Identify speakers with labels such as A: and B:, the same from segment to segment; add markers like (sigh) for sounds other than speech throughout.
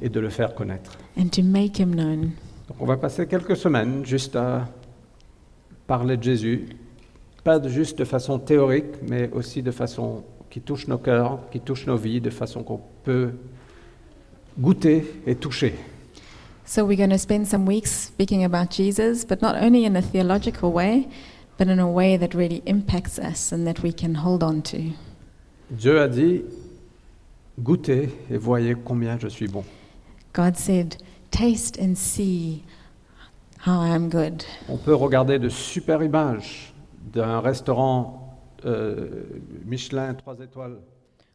A: et de le faire connaître.
B: and to make him known.
A: Donc on va passer quelques semaines juste à parler de Jésus, pas de- juste de façon théorique, mais aussi de façon qui touche nos cœurs, qui touche nos vies, de façon qu'on peut goûter et toucher.
B: So we're going to spend some weeks speaking about Jesus, but not only in a theological way, but in a way that really impacts us and that we can hold on to.
A: Dieu a dit, goûtez et voyez combien je suis bon.
B: God said, Taste and see how I am good.
A: On peut regarder de super images d'un restaurant euh, Michelin 3 étoiles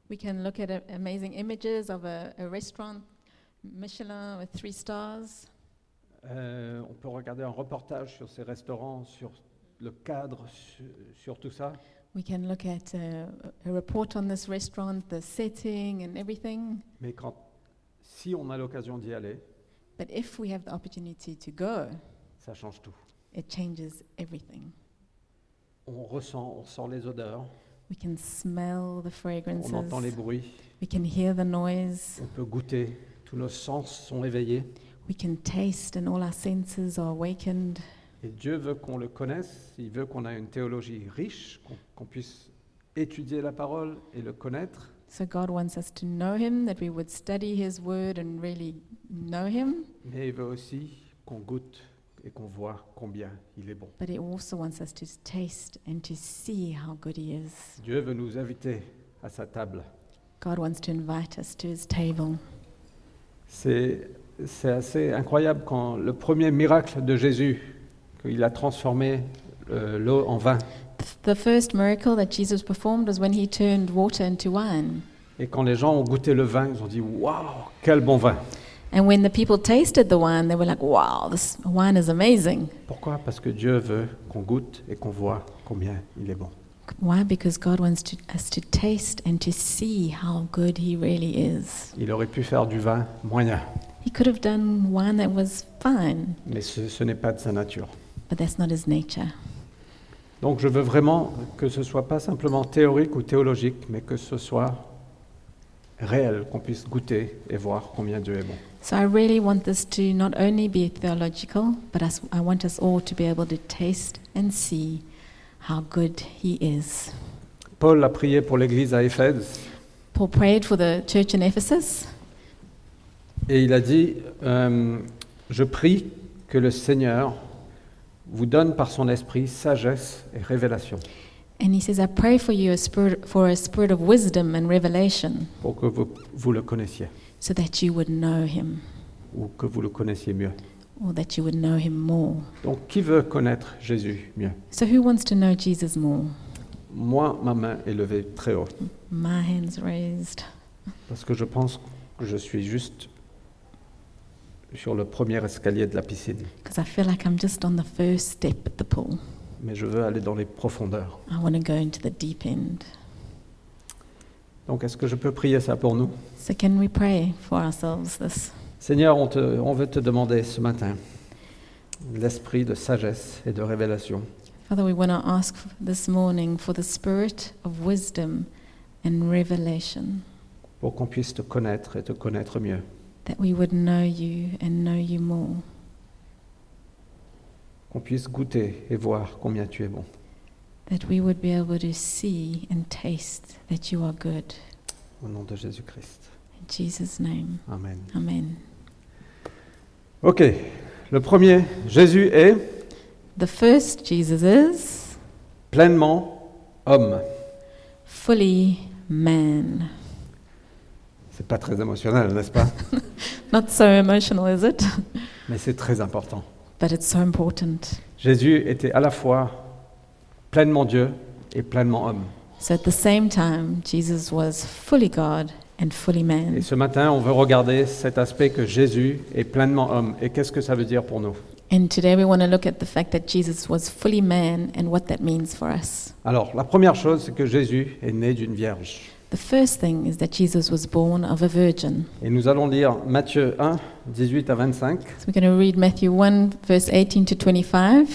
B: We can look at a- amazing images of a, a restaurant, Michelin with three stars.
A: Euh, on peut regarder un reportage sur ces restaurants, sur le cadre, sur, sur tout ça.
B: We can look at a, a report on this restaurant, the setting and everything.
A: Mais quand, si on a l'occasion d'y aller,
B: But if we have the opportunity to go,
A: ça change tout.
B: it changes everything.
A: On ressent, on sent les odeurs,
B: We can smell the fragrances.
A: on entend les bruits,
B: We can hear the noise.
A: on peut goûter, tous nos sens sont éveillés.
B: We can taste, and all our senses are awakened.
A: Et Dieu veut qu'on le connaisse, il veut qu'on ait une théologie riche, qu'on qu'on puisse étudier la parole et le connaître.
B: So, God wants us to know Him, that we would study His Word and really know Him,
A: Mais il veut aussi qu'on goûte et qu'on voit combien il est bon.
B: but He also wants us to taste and to see how good He is.
A: Dieu veut nous inviter à sa table.
B: God wants to invite us to His table.
A: C'est c'est assez incroyable quand le premier miracle de Jésus, qu'il a transformé euh, l'eau en vin,
B: The first miracle that Jesus performed was when He turned water into wine.
A: et quand les gens ont goûté le vin, ils ont dit Waouh, quel bon vin
B: And when the people tasted the wine, they were like, wow, this wine is amazing.
A: Pourquoi Parce que Dieu veut qu'on goûte et qu'on voit combien il est bon.
B: Why? Because God wants to, us to taste and to see how good He really is.
A: Il aurait pu faire du vin moyen,
B: He could have done one that was fine,
A: mais ce, ce n'est pas de sa nature.
B: but that's not His nature.
A: Donc je veux vraiment que ce soit pas simplement théorique ou théologique, mais que ce soit réel, qu'on puisse goûter et voir combien Dieu est bon.
B: So I really want this to not only be theological, but us, I want us all to be able to taste and see how good He is.
A: Paul a prié pour l'Église à Éphèse.
B: Paul prayed for the church in Ephesus,
A: Et il a dit, euh, je prie que le Seigneur vous donne par son esprit sagesse et révélation,
B: and he says, I pray for you a spirit, for a spirit of wisdom and revelation,
A: pour que vous, vous le connaissiez,
B: so that you would know Him,
A: ou que vous le connaissiez mieux.
B: or that you would know Him more.
A: Donc, qui veut connaître Jésus mieux
B: So, who wants to know Jesus more?
A: Moi, ma main est levée très haut,
B: My hand's raised.
A: parce que je pense que je suis juste sur le premier escalier de la piscine,
B: Because I feel like I'm just on the first step at the pool.
A: mais je veux aller dans les profondeurs.
B: I want to go into the deep end.
A: Donc, est-ce que je peux prier ça pour nous
B: So, can we pray for ourselves this?
A: Seigneur, on, te- on veut te demander ce matin l'esprit de sagesse et de révélation
B: Father, we want to ask f- this morning for the spirit of wisdom and revelation,
A: pour qu'on puisse te connaître et te connaître mieux.
B: that we would know you and know you more,
A: Qu'on puisse goûter et voir combien tu es bon.
B: that we would be able to see and taste that you are good.
A: Au nom de Jésus-Christ.
B: In Jesus' name,
A: Amen.
B: Amen.
A: Ok. Le premier, Jésus est
B: The first Jesus is
A: pleinement homme.
B: fully man.
A: C'est pas très émotionnel, n'est-ce pas
B: Not so emotional, is it?
A: Mais c'est très important.
B: But it's so important.
A: Jésus était à la fois pleinement Dieu et pleinement homme.
B: So at the same time, Jesus was fully God and fully
A: Et
B: man.
A: ce matin, on veut regarder cet aspect que Jésus est pleinement homme. Et qu'est-ce que ça veut dire pour nous
B: And today we want to look at the fact that Jesus was fully man and what that means for us.
A: Alors, la première chose, c'est que Jésus est né d'une vierge.
B: The first thing is that Jesus was born of a virgin.
A: Et nous allons lire Matthieu 1, 18 à 25.
B: So we're going to read Matthew 1, verse 18 to 25.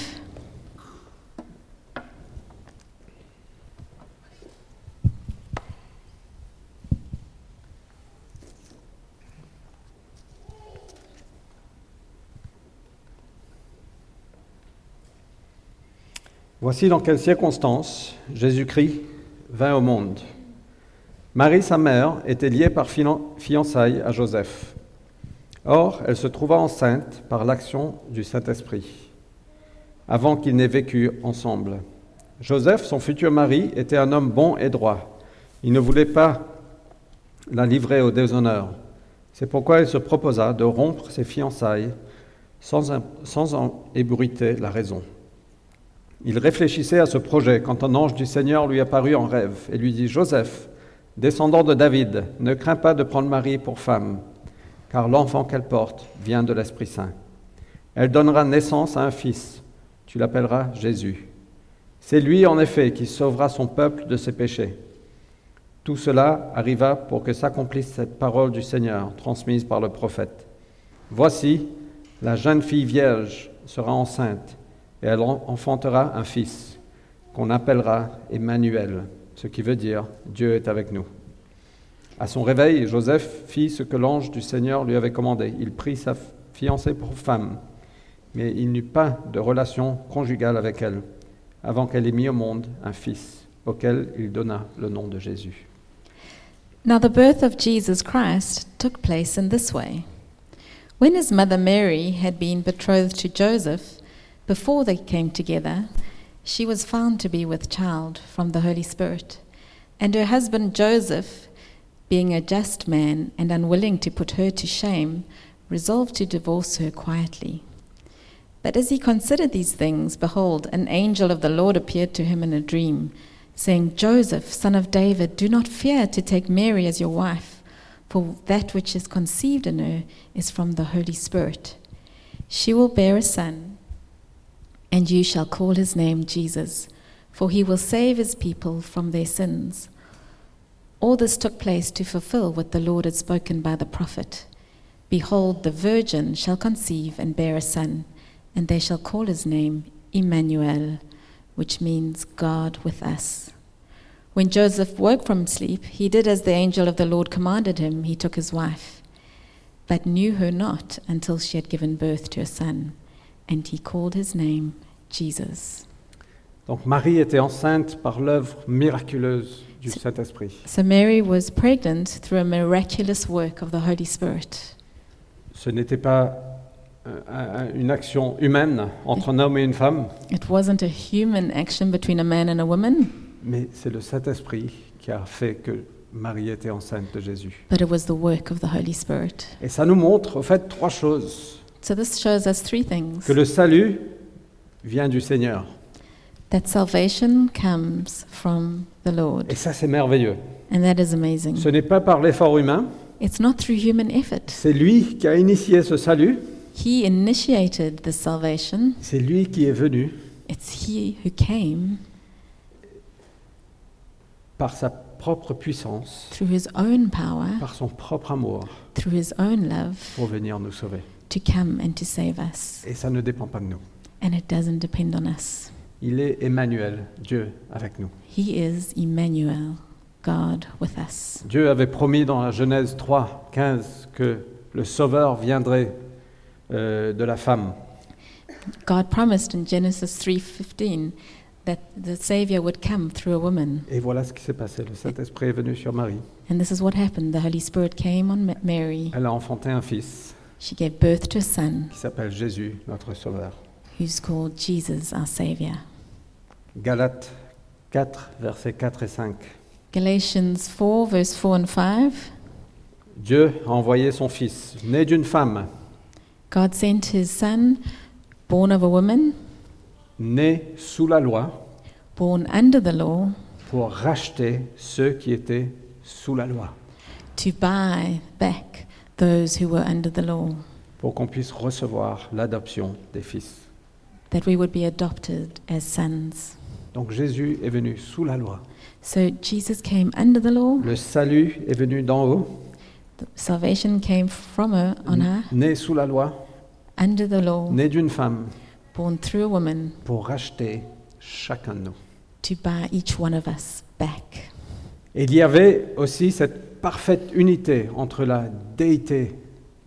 A: Voici dans quelles circonstances Jésus-Christ vint au monde. Marie, sa mère, était liée par finan- fiançailles à Joseph. Or, elle se trouva enceinte par l'action du Saint-Esprit, avant qu'ils n'aient vécu ensemble. Joseph, son futur mari, était un homme bon et droit. Il ne voulait pas la livrer au déshonneur. C'est pourquoi il se proposa de rompre ses fiançailles sans, im- sans en ébruiter la raison. Il réfléchissait à ce projet quand un ange du Seigneur lui apparut en rêve et lui dit, Joseph, descendant de David, ne crains pas de prendre Marie pour femme, car l'enfant qu'elle porte vient de l'Esprit Saint. Elle donnera naissance à un fils, tu l'appelleras Jésus. C'est lui en effet qui sauvera son peuple de ses péchés. Tout cela arriva pour que s'accomplisse cette parole du Seigneur transmise par le prophète. Voici, la jeune fille vierge sera enceinte et elle en- enfantera un fils qu'on appellera Emmanuel, ce qui veut dire Dieu est avec nous. À son réveil, Joseph fit ce que l'ange du Seigneur lui avait commandé. Il prit sa fiancée pour femme, mais il n'eut pas de relation conjugale avec elle avant qu'elle ait mis au monde un fils auquel il donna le nom de Jésus.
B: Now, the birth of Jesus Christ took place in this way. When his mother Mary had been betrothed to Joseph, before they came together, she was found to be with child from the Holy Spirit. And her husband Joseph, being a just man and unwilling to put her to shame, resolved to divorce her quietly. But as he considered these things, behold, an angel of the Lord appeared to him in a dream, saying, Joseph, son of David, do not fear to take Mary as your wife, for that which is conceived in her is from the Holy Spirit. She will bear a son, and you shall call his name Jesus, for he will save his people from their sins. All this took place to fulfill what the Lord had spoken by the prophet. Behold, the virgin shall conceive and bear a son, and they shall call his name Emmanuel, which means God with us. When Joseph woke from sleep, he did as the angel of the Lord commanded him. He took his wife, but knew her not until she had given birth to a son, and he called his name Jesus.
A: Donc Marie était enceinte par l'œuvre miraculeuse du
B: C'est-
A: Saint-Esprit.
B: So Mary was pregnant through a miraculous work of the Holy Spirit.
A: Ce n'était pas euh, un- un- une action humaine entre un homme et une femme,
B: It wasn't a human action between a man and a woman,
A: mais c'est le Saint-Esprit qui a fait que Marie était enceinte de Jésus.
B: but it was the work of the Holy Spirit.
A: Et ça nous montre, au fait, trois choses.
B: So this shows us three things.
A: Que le salut vient du Seigneur.
B: that salvation comes from the
A: Et
B: Lord.
A: ça, c'est merveilleux.
B: And that is amazing.
A: Ce n'est pas par l'effort humain,
B: It's not through human effort.
A: c'est lui qui a initié ce salut,
B: He initiated the salvation,
A: c'est lui qui est venu
B: it's He who came
A: par sa propre puissance,
B: through His own power,
A: par son propre amour,
B: through His own love,
A: pour venir nous sauver.
B: to come and to save us.
A: Et ça ne dépend pas de nous.
B: And it doesn't depend on us.
A: Il est Emmanuel, Dieu avec nous.
B: He is Emmanuel, God with us.
A: Dieu avait promis dans la Genèse 3, 15 que le Sauveur viendrait euh, de la femme.
B: God promised in Genesis 3:15 that the savior would come through a woman.
A: Et voilà ce qui s'est passé. Le Saint-Esprit est venu sur Marie.
B: And this is what happened. The Holy Spirit came on Ma- Mary.
A: Elle a enfanté un fils
B: She gave birth to a son
A: qui s'appelle Jésus, notre Sauveur.
B: who's called Jesus, our Savior.
A: Galates 4, versets 4 et 5.
B: Galatians 4, verse 4 and 5
A: Dieu a envoyé son fils, né d'une femme,
B: God sent his Son, born of a woman,
A: né sous la loi,
B: born under the law,
A: pour racheter ceux qui étaient sous la loi,
B: to buy back those who were under the law,
A: pour qu'on puisse recevoir l'adoption des fils.
B: that we would be adopted as sons.
A: Donc Jésus est venu sous la loi.
B: So Jesus came under the law,
A: Le salut est venu d'en haut,
B: salvation came from her on her,
A: né sous la loi,
B: under the law,
A: né d'une femme,
B: born through a woman,
A: pour racheter chacun de nous.
B: to buy each one of us back.
A: Et il y avait aussi cette parfaite unité entre la déité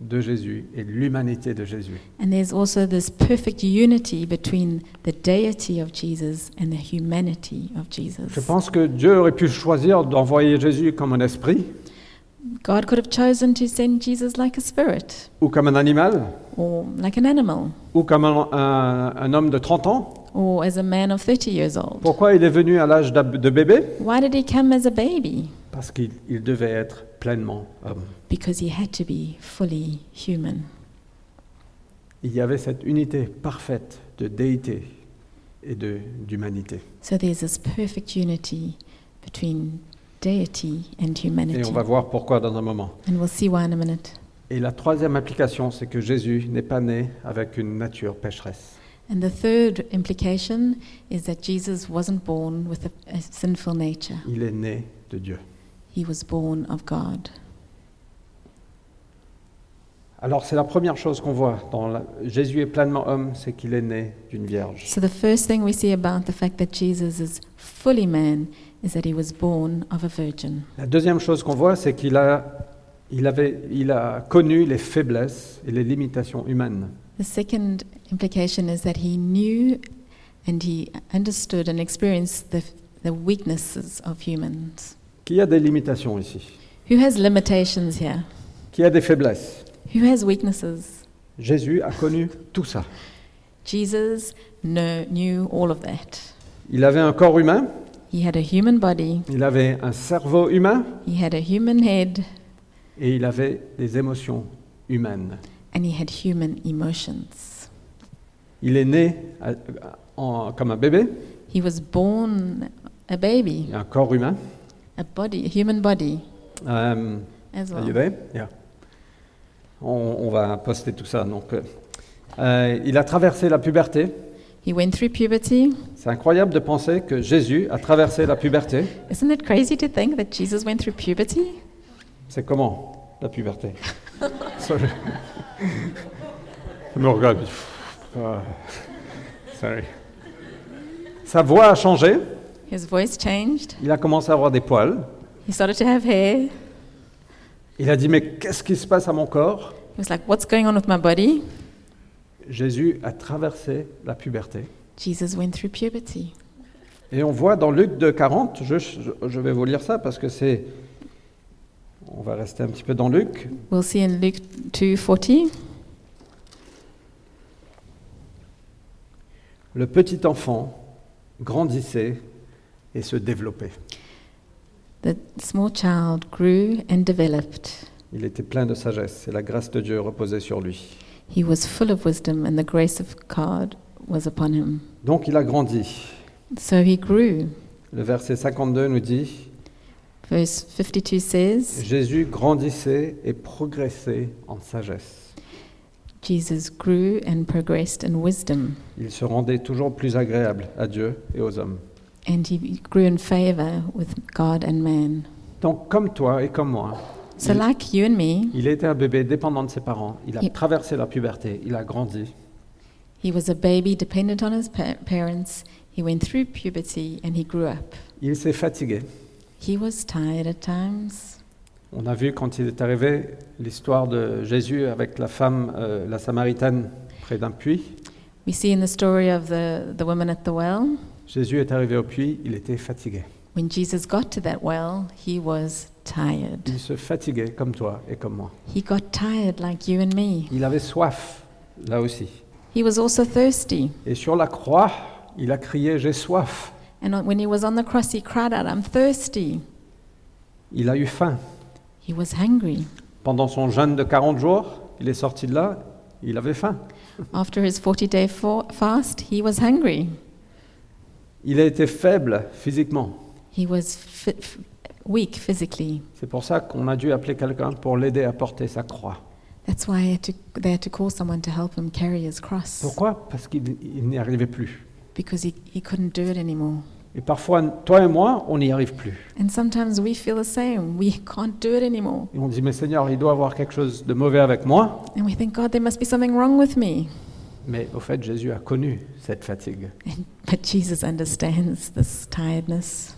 A: de Jésus et l'humanité de Jésus.
B: And there's also this perfect unity between the deity of Jesus and the humanity of
A: Je
B: Jesus.
A: pense que Dieu aurait pu choisir d'envoyer Jésus comme un esprit
B: God could have chosen to send Jesus like a spirit
A: ou comme un animal
B: or like an animal
A: ou comme un, un- un homme de 30 ans.
B: or as a man of 30 years old.
A: Pourquoi il est venu à l'âge d'ab- de bébé
B: Why did he come as a baby?
A: Parce qu'il il devait être pleinement homme.
B: Because he had to be fully human.
A: Il y avait cette unité parfaite de déité et de- d'humanité.
B: So there's this perfect unity between deity and
A: Et
B: humanity.
A: on va voir pourquoi dans un moment.
B: And we'll see why in a minute.
A: Et la troisième application, c'est que Jésus n'est pas né avec une nature pécheresse.
B: And the third implication is that Jesus wasn't born with a, a sinful nature.
A: Il est né de Dieu.
B: He was born of God.
A: Alors c'est la première chose qu'on voit dans la- Jésus est pleinement homme, c'est qu'il est né d'une vierge.
B: So the first thing we see about the fact that Jesus is fully man is that he was born of a virgin.
A: La deuxième chose qu'on voit, c'est qu'il a, il avait, il a connu les faiblesses et les limitations humaines.
B: The second implication is that he knew and he understood and experienced the, the weaknesses of humans.
A: Qui a des limitations ici
B: Who has limitations here?
A: Qui a des faiblesses
B: Who has weaknesses?
A: Jésus a connu tout ça.
B: Jesus kno- knew all of that.
A: Il avait un corps humain,
B: He had a human body,
A: il avait un cerveau humain
B: he had a human head,
A: et il avait des émotions humaines.
B: and he had human emotions.
A: Il est né à- en- comme un bébé,
B: He was born a
A: il
B: baby,
A: y a un corps humain.
B: a body, a human body
A: Euh,
B: as
A: Are you
B: well.
A: there? Yeah. On, on va poster tout ça. Donc, euh, euh, il a traversé la puberté.
B: He went through puberty.
A: C'est incroyable de penser que Jésus a traversé la puberté.
B: Isn't it crazy to think that Jesus went through puberty?
A: C'est comment la (laughs) puberté Sorry. Je me regarde. Ah, Sorry. Sa voix a changé.
B: His voice changed.
A: Il a commencé à avoir des poils.
B: He started to have hair. He
A: Il a dit mais qu'est-ce qui se passe à mon corps
B: was like, What's going on with my body?
A: Jésus a traversé la puberté.
B: Jesus went through puberty.
A: Et on voit dans Luc 2, 40, je, je- je vais vous lire ça parce que c'est. On va rester un petit peu dans Luc.
B: We'll see in Luke 2:40.
A: Le petit enfant grandissait et se développait.
B: The small child grew and developed.
A: Il était plein de sagesse et la grâce de Dieu reposait sur lui.
B: He was full of wisdom, and the grace of God was upon him.
A: Donc il a grandi.
B: So he grew.
A: Le verset 52 nous dit
B: Verse 52 says,
A: Jésus grandissait et progressait en sagesse.
B: Jesus grew and progressed in wisdom,
A: Il se rendait toujours plus agréable à Dieu et aux hommes.
B: and he grew in favor with God and man.
A: Donc, comme toi et comme moi,
B: So,
A: Il-
B: like you and me,
A: il était un bébé dépendant de ses parents. Il a
B: Il-
A: traversé la puberté. Il a grandi.
B: he was a baby dependent on his pa- parents. He went through puberty and he grew up.
A: Il s'est fatigué.
B: He was tired at times.
A: On a vu quand il est arrivé l'histoire de Jésus avec la femme, euh, la Samaritaine, près d'un puits.
B: We see in the story of the, the woman at the well,
A: Jésus est arrivé au puits, il était fatigué.
B: when Jesus got to that well, he was tired.
A: Il se fatiguait comme toi et comme moi.
B: He got tired like you and me.
A: Il avait soif, là aussi.
B: He was also thirsty.
A: Et sur la croix, il a crié J'ai soif.
B: And on- when he was on the cross, he cried out, I'm thirsty.
A: Il a eu faim.
B: He was hungry.
A: Pendant son jeûne de 40 jours, il est sorti de là, il avait faim.
B: After his 40 day fa- fast, he was hungry.
A: Il a été faible physiquement.
B: He was fi- f- weak physically.
A: C'est pour ça qu'on a dû appeler quelqu'un pour l'aider à porter sa croix.
B: That's why he had to, they had to call someone to help him carry his cross
A: Pourquoi Parce qu'il il n'y arrivait plus.
B: because he, he couldn't do it anymore.
A: Et parfois, toi et moi, on n'y arrive plus.
B: And sometimes we feel the same. We (laughs) can't do it anymore.
A: Et on dit, mais Seigneur, il doit avoir quelque chose de mauvais avec moi.
B: And we think, God, there must be something wrong with me.
A: Mais au fait, Jésus a connu cette fatigue.
B: And, but Jesus understands this tiredness.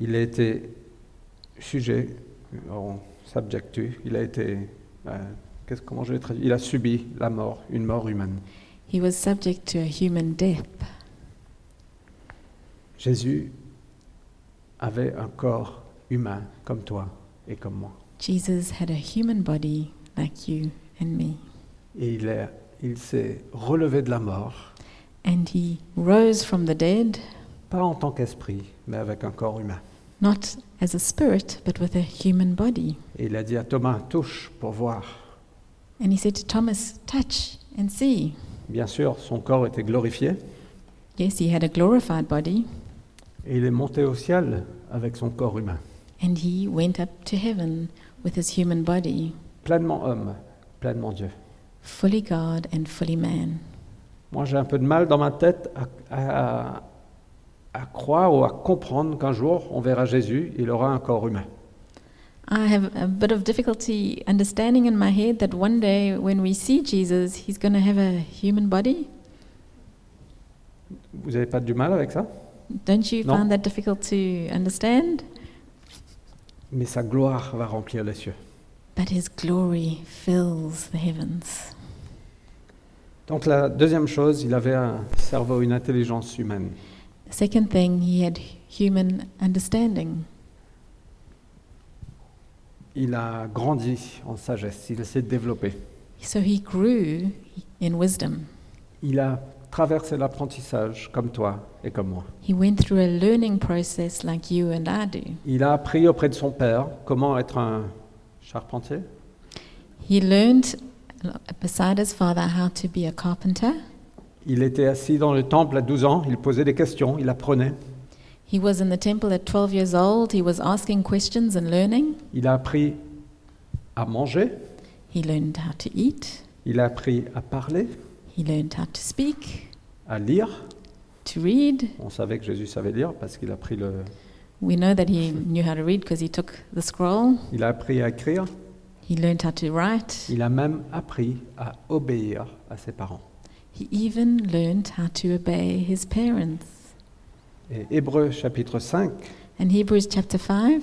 A: Il a été sujet, on subjectu, il a été euh, qu'est-ce- comment je l'ai traduit Il a subi la mort, une mort humaine.
B: He was subject to a human death.
A: Jésus avait un corps humain comme toi et comme moi.
B: Jesus had a human body like you and me,
A: Et il est- il s'est relevé de la mort,
B: and he rose from the dead,
A: pas en tant qu'esprit, mais avec un corps humain.
B: not as a spirit, but with a human body.
A: Et il a dit à Thomas, touche pour voir.
B: And he said to Thomas, Touch and see.
A: Bien sûr, son corps était glorifié,
B: Yes, he had a glorified body,
A: et il est monté au ciel avec son corps humain,
B: and he went up to heaven with his human body,
A: pleinement homme, pleinement Dieu.
B: fully God and fully man.
A: Moi, j'ai un peu de mal dans ma tête à, à- à croire ou à comprendre qu'un jour, on verra Jésus, il aura un corps humain.
B: I have a bit of difficulty understanding in my head that one day when we see Jesus, he's going to have a human body.
A: Vous n'avez pas du mal avec ça
B: Don't you
A: No.
B: find that difficult to understand?
A: Mais sa gloire va remplir les cieux.
B: But his glory fills the heavens.
A: Donc la deuxième chose, il avait un cerveau, une intelligence humaine.
B: Second thing, he had human understanding.
A: Il a grandi en sagesse, il s'est développé.
B: So he grew in wisdom.
A: Il a traversé l'apprentissage comme toi et comme moi.
B: He went through a learning process like you and I do.
A: Il a appris auprès de son père comment être un charpentier.
B: He learned beside his father how to be a carpenter.
A: Il était assis dans le temple à 12 ans, il posait des questions, il apprenait.
B: He was in the temple at 12 years old. He was asking questions and learning.
A: Il a appris à manger,
B: He learned how to eat.
A: il a appris à parler,
B: He learned how to speak,
A: à lire.
B: to read.
A: On savait que Jésus savait lire parce qu'il a pris le...
B: We know that he knew how to read because he took the scroll.
A: Il a appris à écrire.
B: He learned how to write.
A: Il a même appris à obéir à ses parents.
B: He even learned how to obey his parents.
A: Et Hébreux chapitre 5,
B: In Hebrews chapter 5,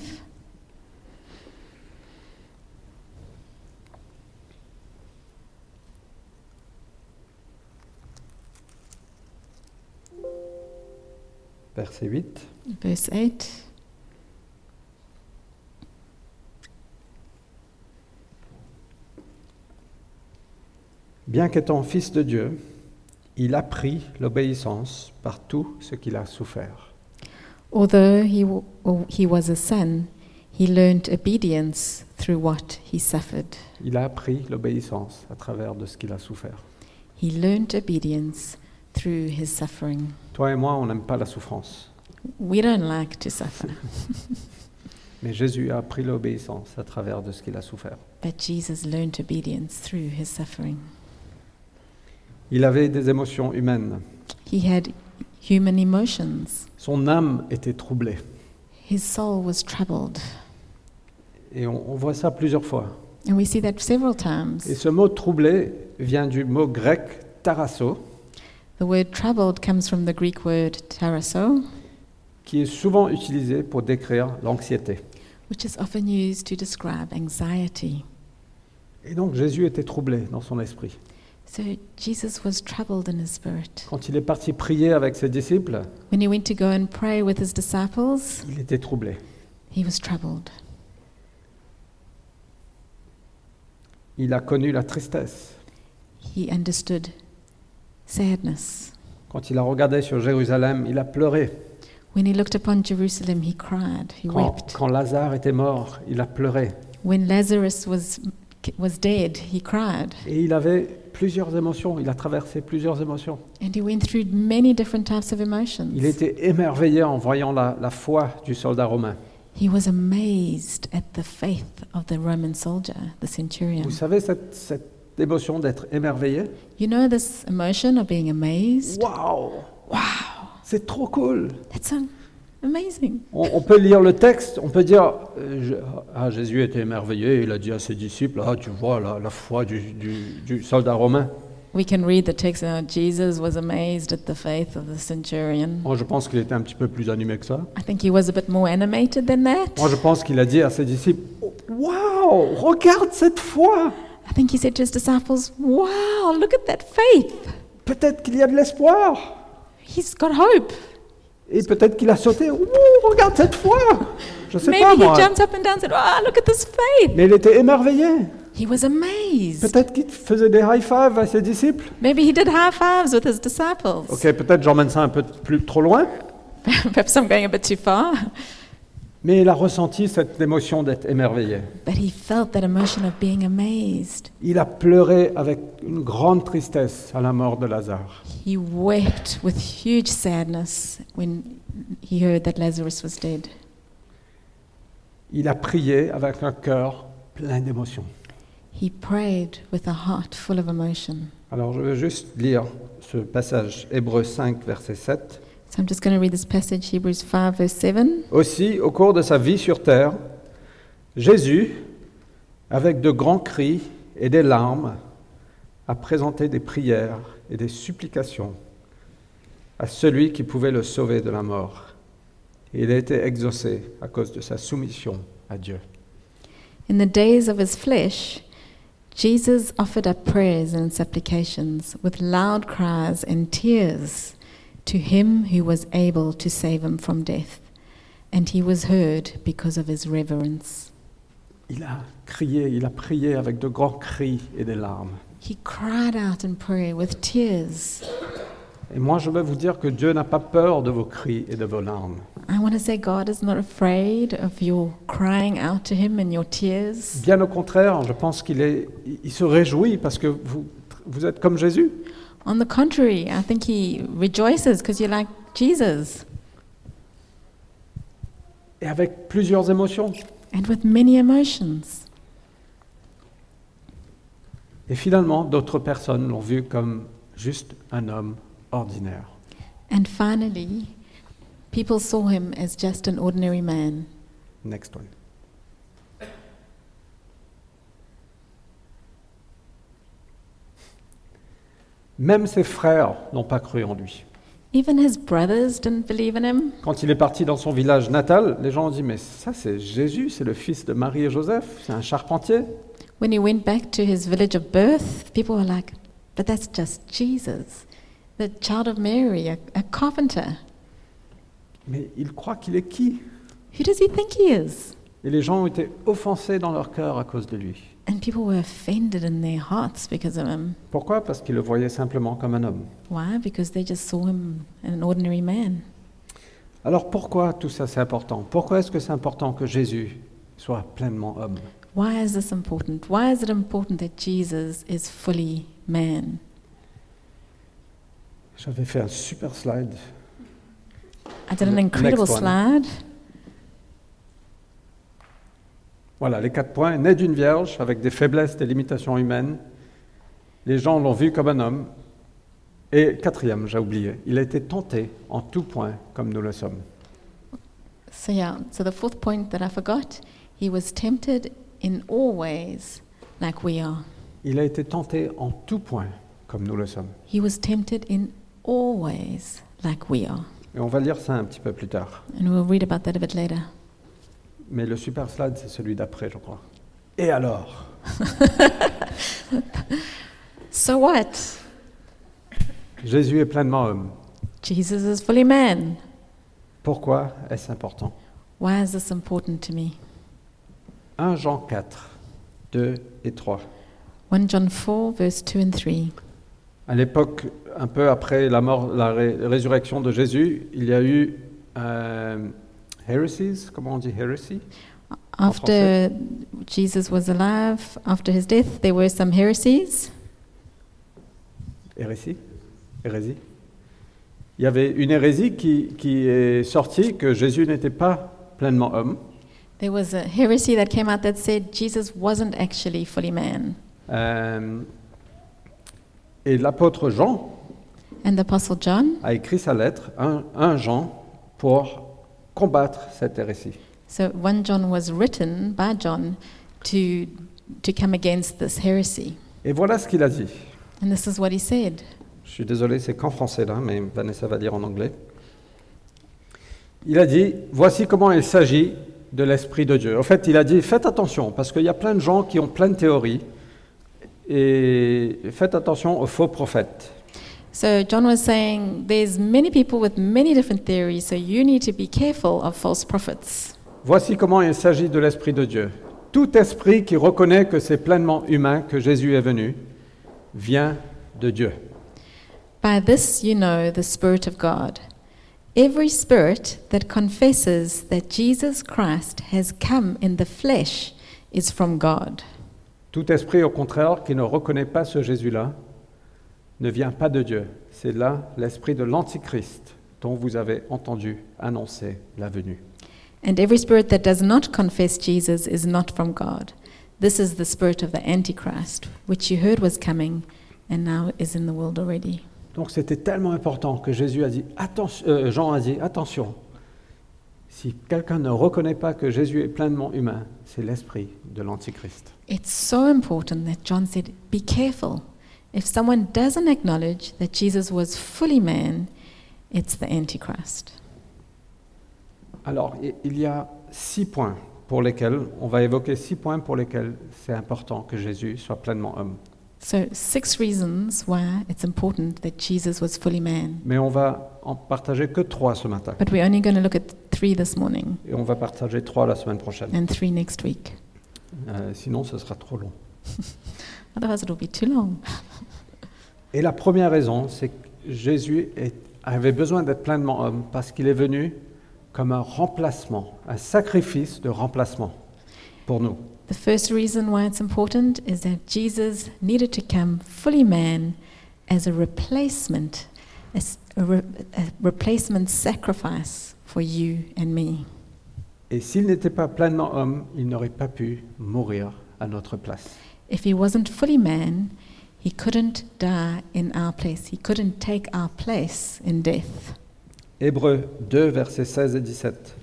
A: verset 8.
B: verse 8,
A: Bien qu'étant fils de Dieu, il apprit l'obéissance par tout ce qu'il a souffert.
B: although he, w- or he was a son, he learned obedience through what he suffered.
A: Il a appris l'obéissance à travers de ce qu'il a souffert.
B: He learned obedience through his suffering.
A: Toi et moi, on n'aime pas la souffrance,
B: We don't like to suffer,
A: mais Jésus a appris l'obéissance à travers de ce qu'il a souffert.
B: but Jesus learned obedience through his suffering.
A: Il avait des émotions humaines.
B: He had human emotions.
A: Son âme était troublée.
B: His soul was troubled.
A: Et on, on voit ça plusieurs fois.
B: And we see that several
A: Et
B: times.
A: ce mot troublé vient du mot grec tarasso,
B: The word troubled comes from the Greek word tarasso,
A: qui est souvent utilisé pour décrire l'anxiété.
B: which is often used to describe anxiety.
A: Et donc Jésus était troublé dans son esprit.
B: So Jesus was troubled in his spirit.
A: Quand il est parti prier avec ses disciples,
B: When he went to go and pray with his disciples,
A: il était troublé.
B: he was troubled.
A: Il a connu la tristesse.
B: He understood sadness.
A: Quand il a regardé sur Jérusalem, il a pleuré.
B: When he looked upon Jerusalem, he cried, he
A: Quand,
B: wept.
A: quand Lazare était mort, il a pleuré.
B: When Lazarus was, was dead, he cried.
A: Et il avait plusieurs émotions. Il a traversé plusieurs émotions.
B: And he went through many different types of emotions.
A: Il était émerveillé en voyant la, la foi du soldat romain.
B: He was amazed at the faith of the Roman soldier, the centurion.
A: Vous savez cette, cette émotion d'être émerveillé
B: You know this emotion of being amazed?
A: Waouh C'est trop cool
B: That's um, amazing.
A: on, on peut lire le texte, on peut dire euh, je- ah, Jésus était émerveillé, il a dit à ses disciples Ah, tu vois la, la foi du, du- du soldat romain.
B: We can read the text now. Jesus was amazed at the faith of the centurion.
A: Moi, je pense qu'il était un petit peu plus animé que ça.
B: I think he was a bit more animated than that.
A: Moi, je pense qu'il a dit à ses disciples Oh, Waouh Regarde cette foi
B: I think he said to his disciples, Wow, look at that faith.
A: Peut-être qu'il y a de l'espoir.
B: He's got hope.
A: Et peut-être qu'il a sauté. Ouh, regarde cette foi Je sais
B: Maybe
A: pas,
B: he
A: moi.
B: jumped up and down and said, Wow, look at this faith.
A: Mais il était émerveillé.
B: He was amazed.
A: Peut-être qu'il faisait des high-fives à ses disciples.
B: Maybe he did high fives with his disciples.
A: Ok, peut-être j'emmène ça un peu plus, trop loin.
B: (laughs) Perhaps I'm going a bit too far.
A: Mais il a ressenti cette émotion d'être émerveillé.
B: But he felt that emotion of being amazed.
A: Il a pleuré avec une grande tristesse à la mort de Lazare.
B: He wept with huge sadness when he heard that Lazarus was dead.
A: Il a prié avec un cœur plein d'émotion.
B: He prayed with a heart full of emotion.
A: Alors je veux juste lire ce passage, Hébreux 5, verset 7.
B: So I'm just going to read this passage, Hebrews 5, verse 7.
A: Aussi, au cours de sa vie sur terre, Jésus, avec de grands cris et des larmes, a présenté des prières et des supplications à celui qui pouvait le sauver de la mort. Et il a été exaucé à cause de sa soumission à Dieu.
B: In the days of his flesh, Jesus offered up prayers and supplications with loud cries and tears to him who was able to save him from death. And he was heard because of his reverence.
A: Il a crié, il a prié avec de grands cris et des larmes.
B: He cried out in prayer with tears.
A: Et moi, je veux vous dire que Dieu n'a pas peur de vos cris et de vos larmes.
B: I want to say God is not afraid of your crying out to him and your tears.
A: Bien au contraire, je pense qu'il est, il se réjouit parce que vous, vous êtes comme Jésus.
B: On the contrary, I think he rejoices because you're like Jesus
A: et avec plusieurs émotions.
B: and with many emotions.
A: Et finalement, d'autres personnes l'ont vu comme juste un homme ordinaire.
B: And finally, people saw him as just an ordinary man.
A: Next one. Même ses frères n'ont pas cru en lui.
B: Even his brothers didn't believe in him.
A: Quand il est parti dans son village natal, les gens ont dit Mais ça, c'est Jésus, c'est le fils de Marie et Joseph, c'est un charpentier.
B: When he went back to his village of birth, people were like, but that's just Jesus, the child of Mary, a, a carpenter.
A: Mais il croit qu'il est qui
B: Who does he think he is?
A: Et les gens ont été offensés dans leur cœur à cause de lui.
B: And people were offended in their hearts because of him.
A: Pourquoi Parce qu'ils le voyaient simplement comme un homme.
B: Why? Because they just saw him as an ordinary man.
A: Alors pourquoi tout ça c'est important Pourquoi est-ce que c'est important que Jésus soit pleinement homme
B: Why is this important? Why is it important that Jesus is fully man?
A: J'avais fait un super slide.
B: I did an
A: Ne-
B: incredible
A: next one.
B: slide.
A: Voilà, les quatre points. Né d'une vierge, avec des faiblesses, des limitations humaines. Les gens l'ont vu comme un homme. Et quatrième, j'ai oublié, il a été tenté en tout point comme nous le sommes.
B: So yeah, so the fourth point that I forgot, he was tempted in all ways like we are.
A: Il a été tenté en tout point comme nous le sommes.
B: He was tempted in all ways like we are.
A: Et on va lire ça un petit peu plus tard.
B: And we'll read about that a bit later.
A: Mais le super slide, c'est celui d'après, je crois. Et alors
B: So what?
A: Jésus est pleinement homme.
B: Jesus is fully man.
A: Pourquoi est-ce important
B: Why is this important to me?
A: 1 Jean 4, 2 et 3.
B: 1 John 4, verse 2 and 3.
A: À l'époque, un peu après la mort, la ré- résurrection de Jésus, il y a eu euh, heresies, comment on dit heresy
B: After Jesus was alive, after his death, there were some heresies.
A: Hérésie Hérésie Il y avait une hérésie qui, qui est sortie que Jésus n'était pas pleinement homme.
B: There was a heresy that came out that said Jesus wasn't actually fully man.
A: Euh, et l'apôtre Jean
B: And the Apostle John,
A: a écrit sa lettre, 1, 1 Jean, pour combattre cette hérésie.
B: so 1 John was written by John to, to come against this heresy.
A: Et voilà ce qu'il a dit.
B: And this is what he said.
A: Je suis désolé, c'est qu'en français là, mais Vanessa va lire en anglais. Il a dit, voici comment il s'agit de l'Esprit de Dieu. En fait, il a dit, faites attention, parce qu'il y a plein de gens qui ont plein de théories, Et faites attention aux faux prophètes.
B: So John was saying there's many people with many different theories, so you need to be careful of false prophets.
A: Voici comment il s'agit de l'Esprit de Dieu. Tout esprit qui reconnaît que c'est pleinement humain que Jésus est venu vient de Dieu.
B: By this you know the Spirit of God. Every spirit that confesses that Jesus Christ has come in the flesh is from God.
A: Tout esprit, au contraire, qui ne reconnaît pas ce Jésus-là, ne vient pas de Dieu. C'est là l'esprit de l'Antichrist dont vous avez entendu annoncer la venue.
B: And every spirit that does not confess Jesus is not from God. This is the spirit of the Antichrist, which you heard was coming and now is in the world already.
A: Donc c'était tellement important que Jésus a dit, attention, euh, Jean a dit, attention, si quelqu'un ne reconnaît pas que Jésus est pleinement humain, c'est l'esprit de l'Antichrist.
B: It's so important that John said, Be careful. If someone doesn't acknowledge that Jesus was fully man, it's the Antichrist.
A: Alors, i- il y a six points pour lesquels, on va évoquer six points pour lesquels c'est important que Jésus soit pleinement homme.
B: So, six reasons why it's important that Jesus was fully man.
A: Mais on va en partager que trois ce matin.
B: But we're only going to look at three this morning
A: Et on va partager trois la semaine prochaine.
B: and three next week.
A: Euh, sinon, ce sera trop long.
B: Otherwise, it'll be too long.
A: Et la première raison, c'est que Jésus est- avait besoin d'être pleinement homme parce qu'il est venu comme un remplacement, un sacrifice de remplacement pour nous.
B: The first reason why it's important is that Jesus needed to come fully man as a replacement, as a, re- a replacement sacrifice for you and me.
A: Et s'il n'était pas pleinement homme, il n'aurait pas pu mourir à notre place.
B: If he wasn't fully man, he couldn't die in our place. He couldn't take our place in death.
A: Hébreux 2, versets 16 et 17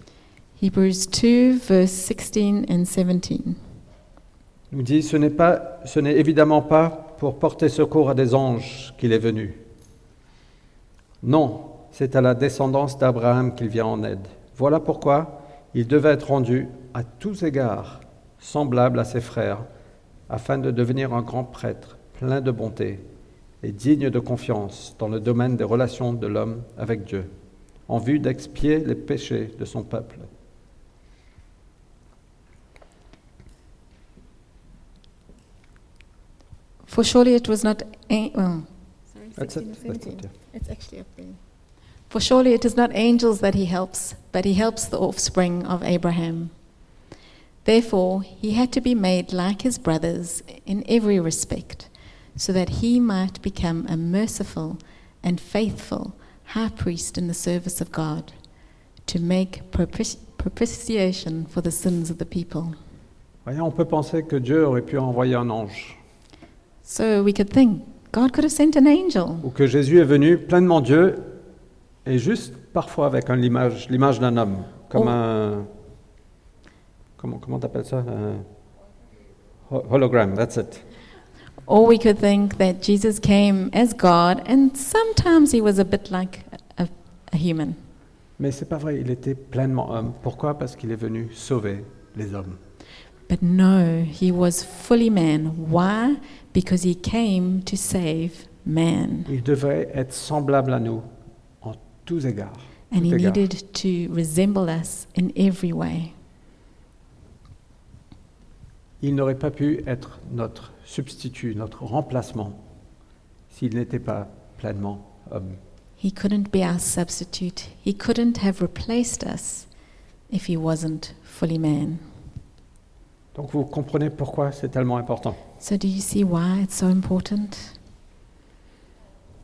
B: Hebrews 2, verse 16 and 17.
A: nous dit Ce n'est pas- ce n'est évidemment pas pour porter secours à des anges qu'il est venu. Non, c'est à la descendance d'Abraham qu'il vient en aide. Voilà pourquoi il devait être rendu à tous égards semblable à ses frères, afin de devenir un grand prêtre plein de bonté et digne de confiance dans le domaine des relations de l'homme avec Dieu, en vue d'expier les péchés de son peuple.
B: For surely it was not. An- well, sorry,
A: That's
B: 16
A: it.
B: and
A: That's it,
B: 17.
A: yeah.
B: It's actually up there. For surely it is not angels that he helps, but he helps the offspring of Abraham. Therefore, he had to be made like his brothers in every respect, so that he might become a merciful and faithful high priest in the service of God, to make propici- propitiation for the sins of the people.
A: Voyez, on peut penser que Dieu aurait pu envoyer un ange.
B: So we could think God could have sent an angel.
A: ou que Jésus est venu pleinement Dieu et juste parfois avec un- l'image, l'image d'un homme, comme
B: Oh.
A: un... Comment, comment t'appelles ça Un ho- Hologram, that's it.
B: Or we could think that Jesus came as God and sometimes he was a bit like a, a human.
A: Mais c'est pas vrai, il était pleinement homme. Pourquoi Parce qu'il est venu sauver les hommes.
B: But no, he was fully man. Why? Because he came to save man.
A: Il devrait être semblable à nous en tous égards.
B: And he
A: Tout égard.
B: needed to resemble us in every way.
A: Il n'aurait pas pu être notre substitut, notre remplacement, s'il n'était pas pleinement homme.
B: He couldn't be our substitute. He couldn't have replaced us if he wasn't fully man.
A: Donc vous comprenez pourquoi c'est tellement important.
B: So, do you see why it's so important?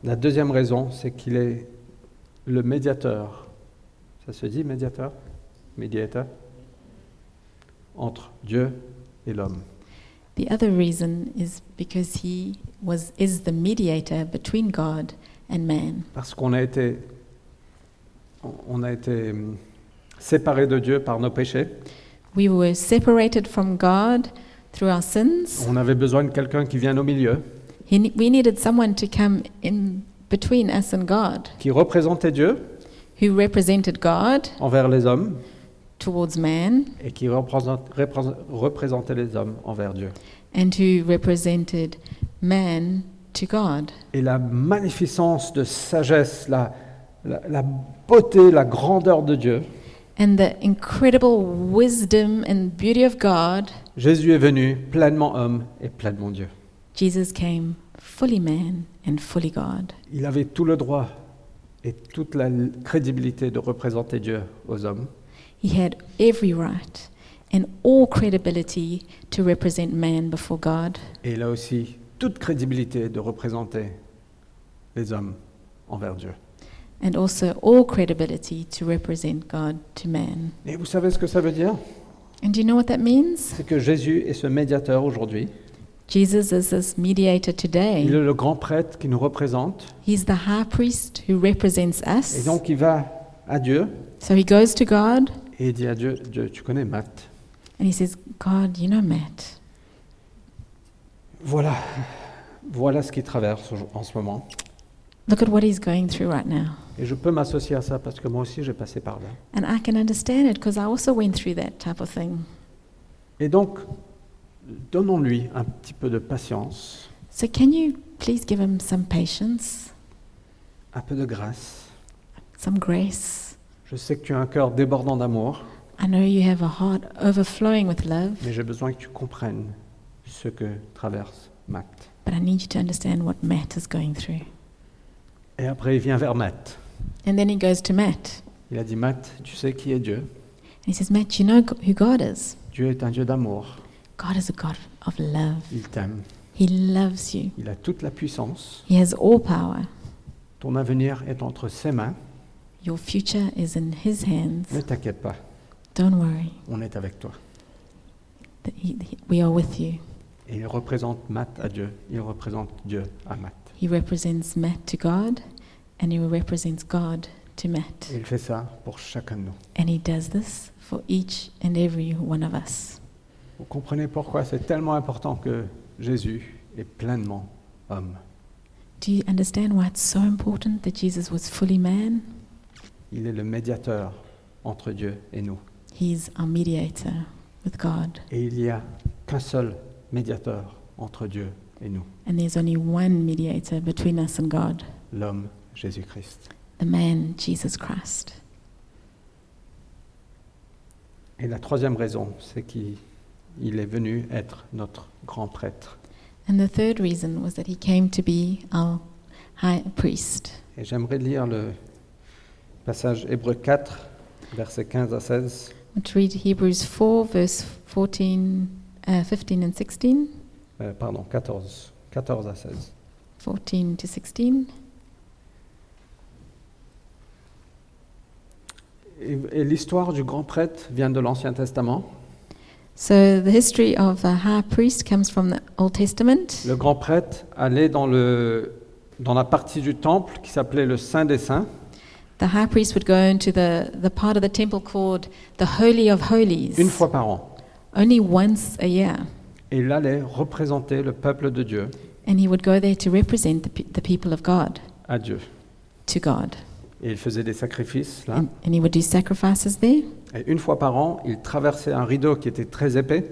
A: La deuxième raison, c'est qu'il est le médiateur. Ça se dit médiateur Médiateur Entre Dieu et l'homme.
B: The other reason is because he was is the mediator between God and man
A: Parce qu'on a été, on- on a été hum, séparés de Dieu par nos péchés.
B: we were separated from God through our sins
A: On avait besoin de quelqu'un qui vienne au milieu,
B: he, ne- we needed someone to come in between us and God
A: qui représentait Dieu
B: who represented God
A: envers les hommes
B: towards man
A: et qui représente- représente- représentait les hommes envers Dieu.
B: and who represented man to God.
A: Et la magnificence de sagesse, la, la, la beauté, la grandeur de Dieu,
B: And the incredible wisdom and beauty of God,
A: Jésus est venu pleinement homme et pleinement Dieu.
B: Jesus came fully man and fully God.
A: Il avait tout le droit et toute la l- crédibilité de représenter Dieu aux hommes.
B: He had every right and all credibility to represent man before God.
A: Et il a aussi toute crédibilité de représenter les hommes envers Dieu.
B: and also all credibility to represent God to man.
A: Et vous savez ce que ça veut dire
B: And do you know what that means?
A: C'est que Jésus est ce médiateur aujourd'hui.
B: Jesus is this mediator
A: Il
B: today.
A: est le grand prêtre qui nous représente.
B: He's the high priest who represents
A: Et
B: us.
A: donc il va à Dieu
B: So he goes to God
A: et il dit à Dieu, Dieu, tu connais Matt.
B: and he says, God, you know Matt,
A: Voilà, voilà ce qu'il traverse au- en ce moment.
B: look at what he's going through right now.
A: Et je peux m'associer à ça parce que moi aussi j'ai passé par là.
B: And I can understand it because I also went through that type of thing.
A: Et donc, donnons-lui un petit peu de patience,
B: So can you please give him some patience,
A: un peu de grâce.
B: some grace?
A: Je sais que tu as un cœur débordant d'amour,
B: I know you have a heart overflowing with love,
A: mais j'ai besoin que tu comprennes ce que traverse Matt.
B: but I need you to understand what Matt is going through.
A: Et après, il vient vers Matt.
B: And then he goes to Matt.
A: Il a dit, Matt, tu sais qui est Dieu
B: And he says, Matt, you know g- who God is?
A: Dieu est un Dieu d'amour.
B: God is a God of love.
A: Il t'aime.
B: He loves you.
A: Il a toute la puissance.
B: He has all power.
A: Ton avenir est entre ses mains.
B: Your future is in His hands.
A: Ne t'inquiète pas,
B: Don't worry.
A: on est avec toi.
B: that he- he- we are with you.
A: Et il représente Matt à Dieu. Il représente Dieu à Matt.
B: He represents Matt to God, and he represents God
A: Et
B: to Matt.
A: il fait ça pour chacun de nous.
B: And he does this for each and every one of us.
A: Vous comprenez pourquoi c'est tellement important que Jésus est pleinement homme.
B: Do you understand why it's so important that Jesus was fully man?
A: Il est le médiateur entre Dieu et nous.
B: He's our mediator with God.
A: Et il n'y a qu'un seul médiateur entre Dieu et nous,
B: And there's only one mediator between us and God.
A: l'homme Jésus-Christ.
B: the man Jesus Christ.
A: Et la troisième raison, c'est qu'il il est venu être notre grand prêtre.
B: And the third reason was that he came to be our high priest.
A: Et j'aimerais lire le passage Hébreu 4, versets 15 à 16.
B: Let's read Hebrews 4, verse 14, uh, 15 and 16.
A: Euh, pardon, 14, 14 à 16.
B: 14 to 16.
A: Et, et l'histoire du grand prêtre vient de l'Ancien Testament.
B: So the history of a high priest comes from the Old Testament.
A: Le grand prêtre allait dans, le, dans la partie du temple qui s'appelait le Saint des Saints.
B: The high priest would go into the, the part of the temple called the Holy of Holies
A: une fois par an.
B: only once a year.
A: Et il allait représenter le peuple de Dieu
B: And he would go there to represent the, pe- the people of God
A: à Dieu.
B: to God.
A: Et il faisait des sacrifices là.
B: And, and he would do sacrifices there.
A: Et une fois par an, il traversait un rideau qui était très épais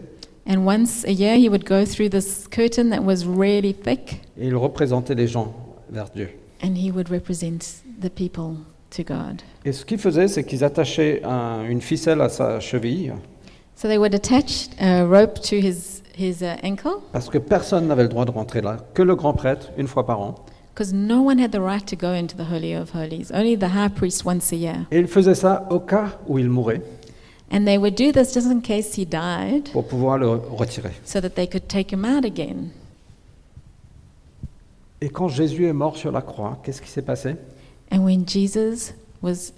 B: And once a year, he would go through this curtain that was really thick,
A: et il représentait les gens vers Dieu.
B: and he would represent the people to God.
A: Et ce qu'ils faisaient, c'est qu'ils attachaient un- une ficelle à sa cheville
B: So they would attach a rope to his, his uh, ankle,
A: parce que personne n'avait le droit de rentrer là, que le grand prêtre une fois par an.
B: because no one had the right to go into the Holy of Holies, only the high priest once a year.
A: Et il faisait ça au cas où il mourait
B: And they would do this just in case he died,
A: pour pouvoir le retirer.
B: so that they could take him out again.
A: Et quand Jésus est mort sur la croix, qu'est-ce qui s'est passé
B: And when Jesus was,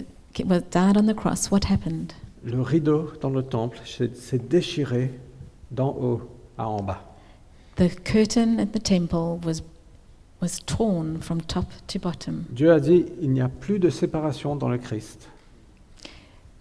B: was died on the cross, what happened?
A: Le rideau dans le temple s'est s'est déchiré d'en haut à en bas.
B: The curtain at the temple was, was torn from top to bottom.
A: Dieu a dit, il n'y a plus de séparation dans le Christ.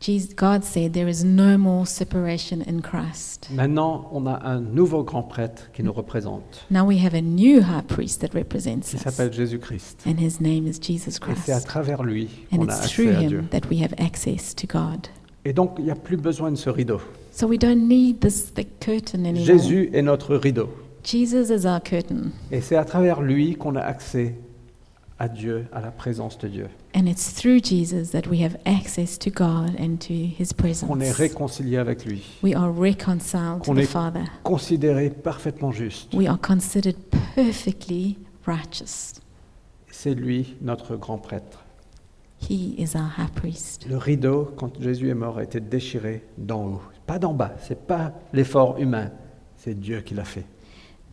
B: Jesus, God said there is no more separation in Christ.
A: Maintenant, on a un nouveau grand prêtre qui nous représente,
B: Now we have a new high priest that represents
A: qui
B: us,
A: s'appelle Jésus-Christ.
B: and his name is Jesus
A: Et c'est à
B: Christ.
A: travers lui
B: And
A: qu'on a
B: it's through
A: accès à Dieu.
B: him that we have access to God.
A: Et donc, il n'y a plus besoin de ce rideau.
B: So we don't need this thick curtain anymore.
A: Jésus est notre rideau.
B: Jesus is our curtain,
A: Et c'est à travers lui qu'on a accès à Dieu, à la présence de Dieu.
B: and it's through Jesus that we have access to God and to
A: Qu'on
B: His
A: est
B: presence.
A: réconcilié avec lui,
B: We are reconciled to
A: Qu'on
B: the
A: est-
B: Father.
A: considéré parfaitement juste.
B: We are considered perfectly righteous.
A: C'est lui notre grand prêtre.
B: He is our high priest.
A: Le rideau, quand Jésus est mort, a été déchiré d'en haut, pas d'en bas. C'est pas l'effort humain, c'est Dieu qui l'a fait.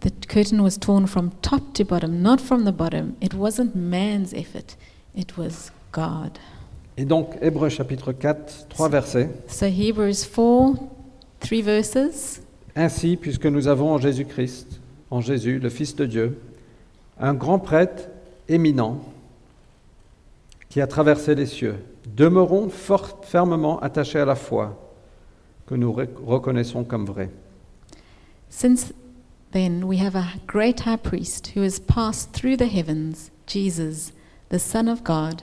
B: The curtain was torn from top to bottom, not from the bottom. It wasn't man's effort, it was God.
A: Et donc, Hébreux chapitre 4, trois versets.
B: So Hebrews 4, three verses.
A: Ainsi, puisque nous avons en Jésus-Christ, en Jésus, le Fils de Dieu, un grand prêtre éminent qui a traversé les cieux, demeurons fort, fermement attachés à la foi que nous rec- reconnaissons comme vraie.
B: Since then, we have a great high priest who has passed through the heavens, Jesus, the Son of God.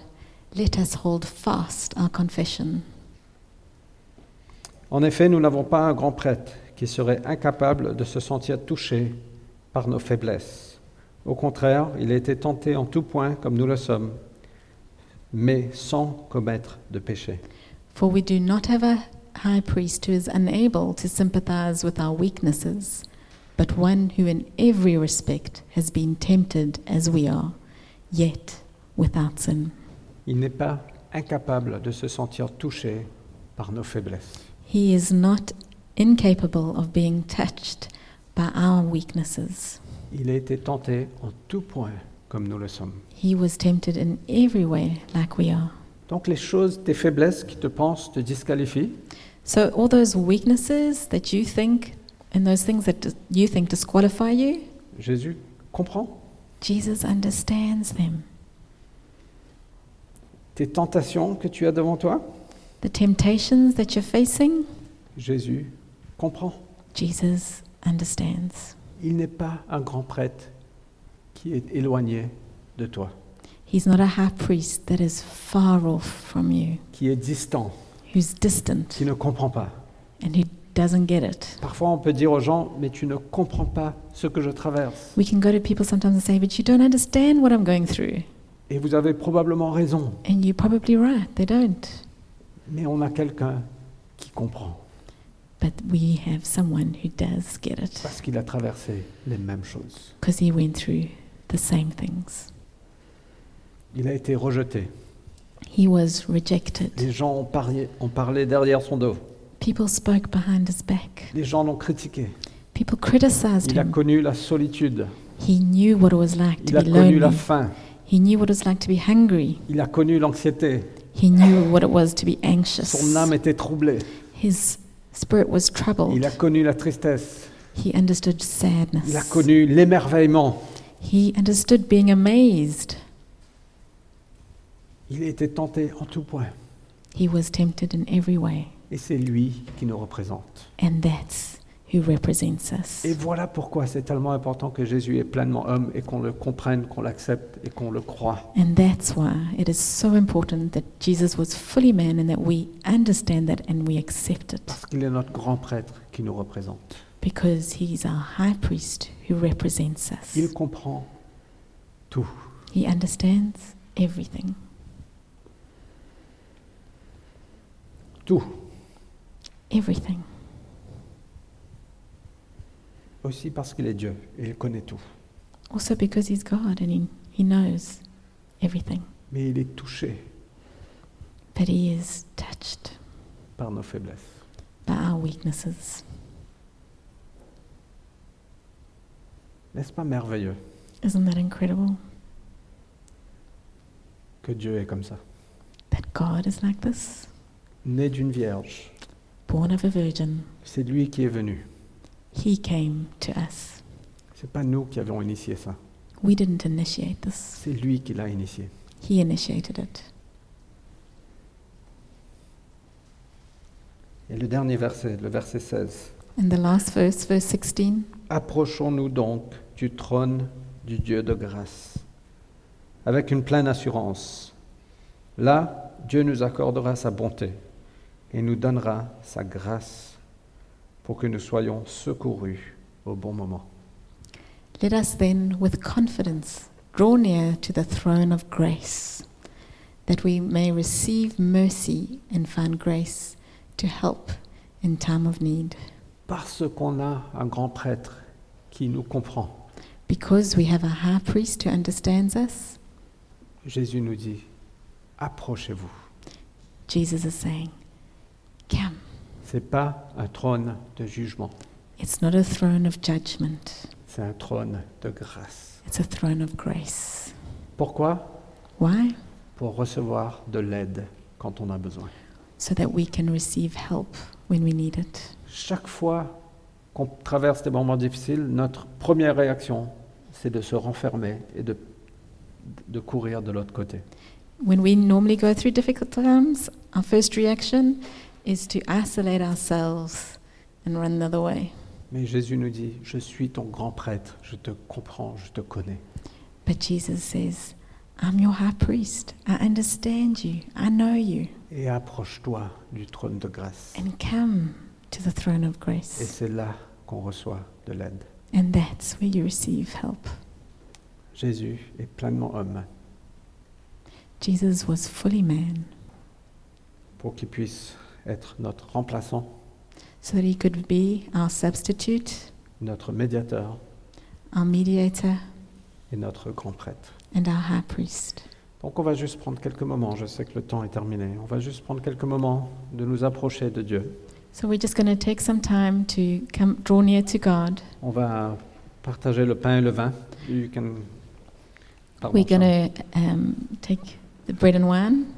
B: Let us hold fast our confession.
A: En effet, nous n'avons pas un grand prêtre qui serait incapable de se sentir touché par nos faiblesses. Au contraire, il a été tenté en tout point comme nous le sommes, mais sans commettre de péché.
B: For we do not have a high priest who is unable to sympathize with our weaknesses, but one who in every respect has been tempted as we are, yet without sin.
A: Il n'est pas incapable de se sentir touché par nos faiblesses.
B: He is not incapable of being touched by our weaknesses.
A: Il a été tenté en tout point comme nous le sommes.
B: He was tempted in every way like we are.
A: Donc les choses, tes faiblesses qui te pensent te disqualifient,
B: So all those weaknesses that you think and those things that dis- you think disqualify you,
A: Jésus comprend.
B: Jesus understands them.
A: Tes tentations que tu as devant toi,
B: The temptations that you're facing,
A: Jésus comprend.
B: Jesus understands.
A: Il n'est pas un grand prêtre qui est éloigné de toi,
B: He's not a high priest that is far off from you,
A: qui est distant,
B: who's distant
A: qui ne comprend pas.
B: and who doesn't get it.
A: Parfois on peut dire aux gens, mais tu ne comprends pas ce que je traverse.
B: We can go to people sometimes and say, But you don't understand what I'm going through.
A: Et vous avez probablement raison,
B: And you're probably right, they don't.
A: mais on a quelqu'un qui comprend,
B: But we have someone who does get it
A: parce qu'il a traversé les mêmes choses.
B: because he went through the same things.
A: Il a été rejeté.
B: He was rejected.
A: Les gens ont, parié- ont parlé derrière son dos.
B: People spoke behind his back.
A: Les gens l'ont critiqué.
B: People criticized
A: Il a
B: him.
A: connu la solitude.
B: He knew what it was like
A: Il
B: to
A: a
B: be
A: connu la
B: lonely.
A: faim.
B: He knew what it was like to be hungry.
A: Il a connu l'anxiété.
B: He knew what it was to be
A: Son
B: anxious.
A: âme était troublée.
B: His spirit was
A: Il a
B: troubled.
A: connu la tristesse.
B: He understood
A: Il a
B: sadness.
A: connu l'émerveillement.
B: He understood being amazed.
A: Il a été tenté en tout point.
B: He was tempted in every way.
A: Et c'est lui qui nous représente.
B: And that's who represents us.
A: Et voilà pourquoi c'est tellement important que Jésus est pleinement homme et qu'on le comprenne, qu'on l'accepte et qu'on le croit.
B: And that's why it is so important that Jesus was fully man and that we understand that and we accept it
A: Parce qu'il est notre grand prêtre qui nous représente.
B: because he's our high priest who represents us.
A: Il comprend tout.
B: He understands everything,
A: Tout.
B: everything,
A: Aussi parce qu'il est Dieu et il connaît tout.
B: also because he's God and he, he knows everything.
A: Mais il est touché
B: But he is touched
A: par nos faiblesses.
B: by our weaknesses.
A: N'est-ce pas merveilleux
B: Isn't that incredible
A: que Dieu est comme ça
B: that God is like this?
A: Né d'une vierge,
B: Born of a virgin,
A: c'est lui qui est venu.
B: he came to us.
A: C'est pas nous qui avons initié ça.
B: We didn't initiate this,
A: C'est lui qui l'a initié.
B: he initiated it.
A: Et le dernier verset, le verset 16.
B: And the last verse, verse 16
A: Approchons-nous donc du trône du Dieu de grâce, avec une pleine assurance. Là, Dieu nous accordera sa bonté et nous donnera sa grâce pour que nous soyons secourus au bon moment.
B: Let us then, with confidence, draw near to the throne of grace, that we may receive mercy and find grace to help in time of need.
A: Parce qu'on a un grand prêtre qui nous comprend,
B: Because we have a high priest who understands us,
A: Jésus nous dit, approchez-vous.
B: Jesus is saying, Come,
A: Ce n'est pas un trône de jugement,
B: it's not a throne of judgment,
A: c'est un trône de grâce.
B: it's a throne of grace.
A: Pourquoi
B: Why?
A: Pour recevoir de l'aide quand on a besoin.
B: So that we can receive help when we need it.
A: Chaque fois qu'on traverse des moments difficiles, notre première réaction, c'est de se renfermer et de, de courir de l'autre côté.
B: When we normally go through difficult times, our first reaction is to isolate ourselves and run the other way.
A: Mais Jésus nous dit, je suis ton grand prêtre, je te comprends, je te connais.
B: But Jesus says, I'm your high priest. I understand you. I know you.
A: Et approche-toi du trône de grâce.
B: And come to the throne of
A: Et
B: grace.
A: c'est là qu'on reçoit de l'aide.
B: And that's where you receive help.
A: Jésus est pleinement homme
B: Jesus was fully man
A: pour qu'il puisse être notre remplaçant,
B: so that he could be our substitute,
A: notre médiateur
B: our mediator,
A: et notre grand prêtre.
B: and our high priest.
A: Donc on va juste prendre quelques moments, je sais que le temps est terminé, on va juste prendre quelques moments de nous approcher de Dieu.
B: So we're just going to take some time to come draw near to God.
A: On va partager le pain et le vin. You can- Pardon,
B: We're
A: Charles.
B: going to um, take the bread and wine.